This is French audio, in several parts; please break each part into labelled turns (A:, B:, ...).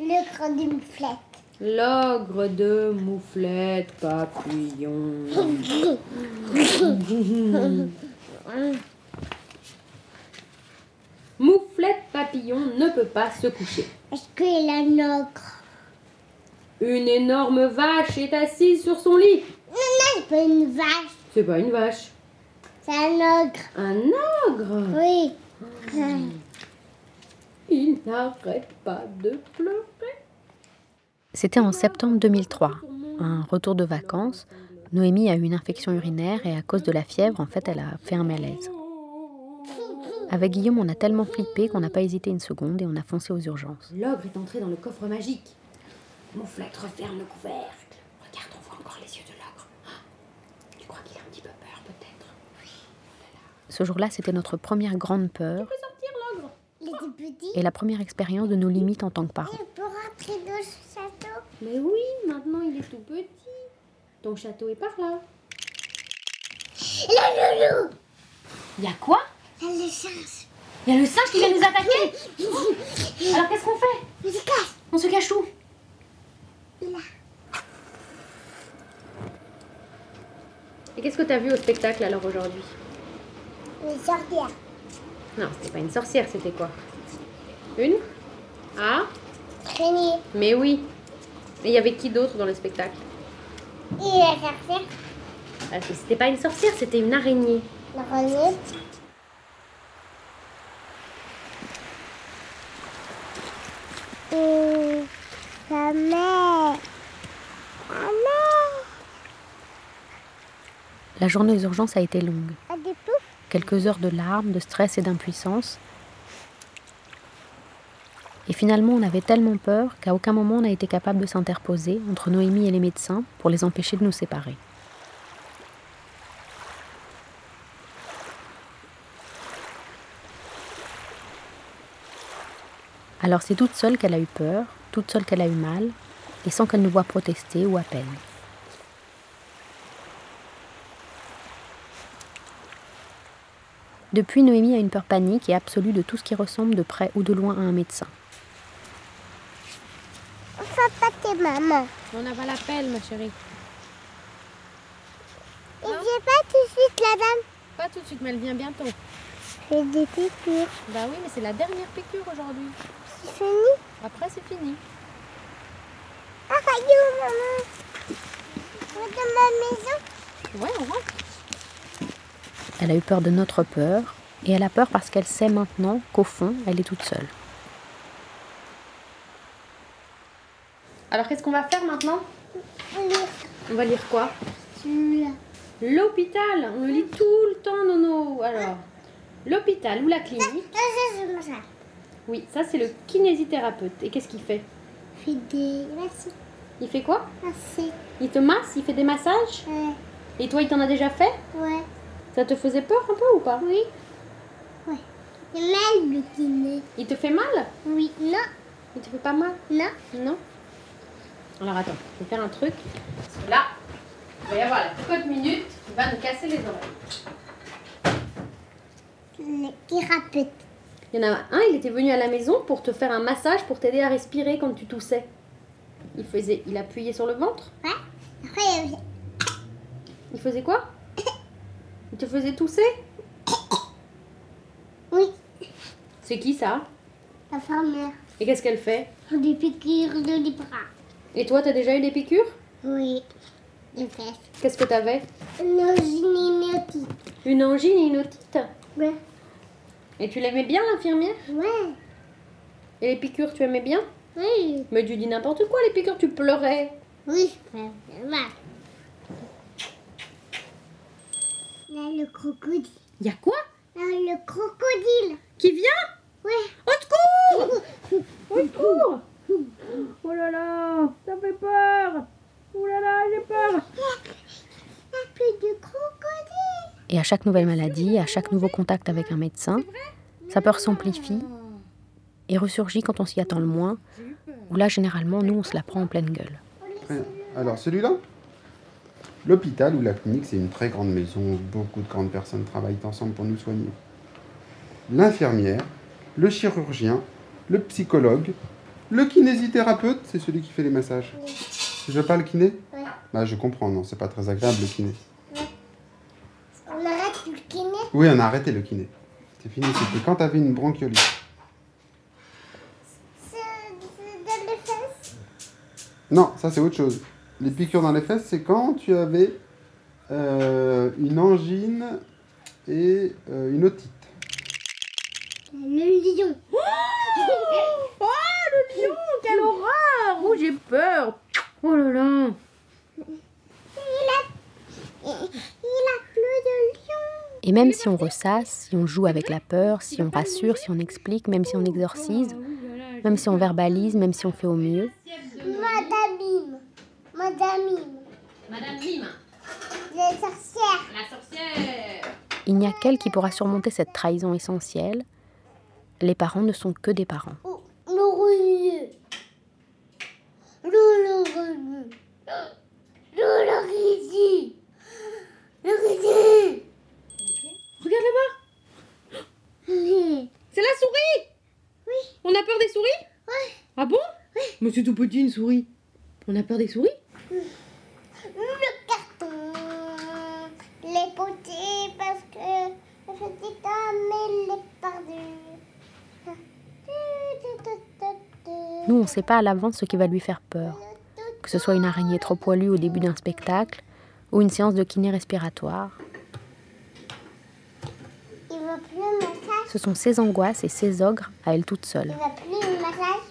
A: l'ogre de mouflette.
B: L'ogre de mouflette, papillon. mouflette, papillon ne peut pas se coucher.
A: Parce qu'il a un ogre.
B: Une énorme vache est assise sur son lit.
A: Non, c'est pas une vache,
B: C'est pas une vache,
A: c'est un ogre.
B: un ogre.
A: Oui.
B: Il n'arrête pas de pleurer.
C: C'était en septembre 2003. À Un retour de vacances, Noémie a eu une infection urinaire et à cause de la fièvre, en fait, elle a fait un malaise. Avec Guillaume, on a tellement flippé qu'on n'a pas hésité une seconde et on a foncé aux urgences.
B: L'ogre est entré dans le coffre magique. Mouflette referme le couvercle. Regarde, on voit encore les yeux de l'ogre. Ah, Tu crois qu'il a un petit peu peur, peut-être
C: Ce jour-là, c'était notre première grande peur
A: Il était petit.
C: et la première expérience de nos limites en tant que parents.
A: Il peut rentrer dans ce château.
B: Mais oui, maintenant il est tout petit. Ton château est par là.
A: Le loulou
B: Y a quoi
A: Elle le cherche.
B: Y a le singe qui vient nous attaquer Alors qu'est-ce qu'on fait
A: Il se cache.
B: On se cache où
A: Là.
B: Et qu'est-ce que t'as vu au spectacle alors aujourd'hui
A: Il sortir.
B: Non, c'était pas une sorcière, c'était quoi Une Ah,
A: Traîner.
B: mais oui. Et y avait qui d'autre dans le spectacle
A: Il a cherché.
B: Parce que Ah, c'était pas une sorcière, c'était une araignée.
A: La renée. Et sa mère. Maman.
C: La journée aux urgences a été longue.
A: Elle des poufs.
C: Quelques heures de larmes, de stress et d'impuissance. Et finalement, on avait tellement peur qu'à aucun moment on n'a été capable de s'interposer entre Noémie et les médecins pour les empêcher de nous séparer. Alors c'est toute seule qu'elle a eu peur, toute seule qu'elle a eu mal, et sans qu'elle nous voie protester ou à peine. Depuis, Noémie a une peur panique et absolue de tout ce qui ressemble de près ou de loin à un médecin.
A: Enfin, pas tes mamans.
B: On n'a pas l'appel, ma chérie.
A: Il vient pas tout de suite, la dame.
B: Pas tout de suite, mais elle vient bientôt.
A: J'ai des piqûres.
B: Bah oui, mais c'est la dernière piqûre aujourd'hui.
A: C'est fini.
B: Après, c'est fini.
A: Ah, regarde, maman. Dans ma maison.
B: Ouais, on rentre.
C: Elle a eu peur de notre peur, et elle a peur parce qu'elle sait maintenant qu'au fond, elle est toute seule.
B: Alors, qu'est-ce qu'on va faire maintenant
A: Allez,
B: On va lire quoi
A: celui-là.
B: L'hôpital. On le lit tout le temps, Nono. Alors, l'hôpital ou la clinique.
A: Ça, ça, c'est moi, ça.
B: Oui, ça, c'est le kinésithérapeute. Et qu'est-ce qu'il fait
A: Fais des. Ah, Merci.
B: Il fait quoi
A: Merci.
B: Il te masse Il fait des massages
A: Ouais.
B: Et toi, il t'en a déjà fait
A: Ouais.
B: Ça te faisait peur un peu ou pas
A: Oui. Ouais. C'est mal le kiné.
B: Il te fait mal
A: Oui. Non.
B: Il te fait pas mal
A: Non.
B: Non Alors attends, je vais faire un truc. Parce que là, il va y avoir la cocotte minute qui va nous casser les oreilles.
A: Le thérapeute.
B: Il y en a un, il était venu à la maison pour te faire un massage pour t'aider à respirer quand tu toussais. Il faisait, il appuyait sur le ventre.
A: Ouais. Après, il y a-
B: Il faisait quoi Il te faisait tousser
A: oui.
B: C'est qui ça
A: La fermière.
B: Et qu'est-ce qu'elle fait
A: Des piqûres dans les bras.
B: Et toi, t'as déjà eu des piqûres
A: Oui. Les fesses.
B: Qu'est-ce que t'avais
A: Nos gynécotes.
B: Une angine et une otite.
A: Ouais.
B: Et tu l'aimais bien l'infirmière
A: Ouais.
B: Et les piqûres, tu aimais bien
A: Oui.
B: Mais tu dis n'importe quoi, les piqûres, tu pleurais.
A: Oui, je peux faire mal. Là, le crocodile.
B: Y a quoi
A: Là, le crocodile.
B: Qui vient
A: Ouais.
B: Au secours Au secours Oh là là, ça fait peur Oh là là, j'ai peur
A: La plus de crocodile.
C: Et à chaque nouvelle maladie, à chaque nouveau contact avec un médecin, sa peur s'amplifie et ressurgit quand on s'y attend le moins, où là, généralement, nous, on se la prend en pleine gueule.
D: Alors celui-là L'hôpital ou la clinique, c'est une très grande maison où beaucoup de grandes personnes travaillent ensemble pour nous soigner. L'infirmière, le chirurgien, le psychologue, Le kinésithérapeute, c'est celui qui fait les massages.
A: Oui.
D: Tu veux pas le kiné
A: Ouais.
D: Bah, je comprends, non, c'est pas très agréable le kiné.
A: On arrête le kiné
D: Oui, on a arrêté le kiné. C'est fini, c'était quand t'avais une bronchiolite.
A: C'est c'est dans les fesses.
D: Non, ça c'est autre chose. Les piqûres dans les fesses, c'est quand tu avais euh, une angine et euh, une otite.
A: Le lion.
B: Oh Quelle horreur Oh, j'ai peur Oh là là
A: Il a plus de lion.
C: Et même si on ressasse, si on joue avec la peur, si on rassure, si on explique, même si on exorcise, même si on verbalise, même si on fait au mieux,
A: Madame Mime. Madame Mime.
B: Madame Mime,
A: Les sorcières.
B: la sorcière
C: il n'y a qu'elle qui pourra surmonter cette trahison essentielle. Les parents ne sont que des parents.
A: Ou Oh, le ruineux. Le l'orgueilleux. Le l'orgueilleux. Le l'orgueilleux.
B: Regarde là-bas
A: Oui.
B: C'est la souris Oui On a peur des souris
A: Ouais.
B: Ah bon Mais c'est tout petit une souris On a peur des souris
A: Le carton. Les petits parce que le petit homme il est perdu.
C: Nous, on ne sait pas à l'avance ce qui va lui faire peur. Que ce soit une araignée trop poilue au début d'un spectacle ou une séance de kiné respiratoire,
A: Il veut plus le massage.
C: ce sont ses angoisses et ses ogres à elle toute
A: Il
C: seule.
A: veut plus le massage.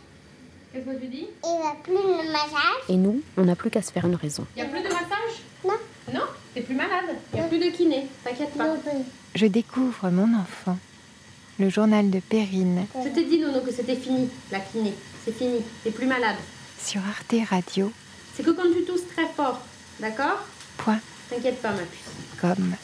B: Qu'est-ce que tu dis
A: Il veut plus le massage.
C: Et nous, on n'a plus qu'à se faire une raison.
B: Il a plus de massage
A: Non.
B: Non T'es plus malade Il a plus de kiné, t'inquiète pas.
E: Je découvre mon enfant. Le journal de Perrine
B: Je t'ai dit, Nono, que c'était fini, la kiné. C'est fini, t'es plus malade.
E: sur Arte Radio.
B: C'est que quand tu tousses très fort, d'accord
E: Point.
B: T'inquiète pas, ma puce.
E: Comme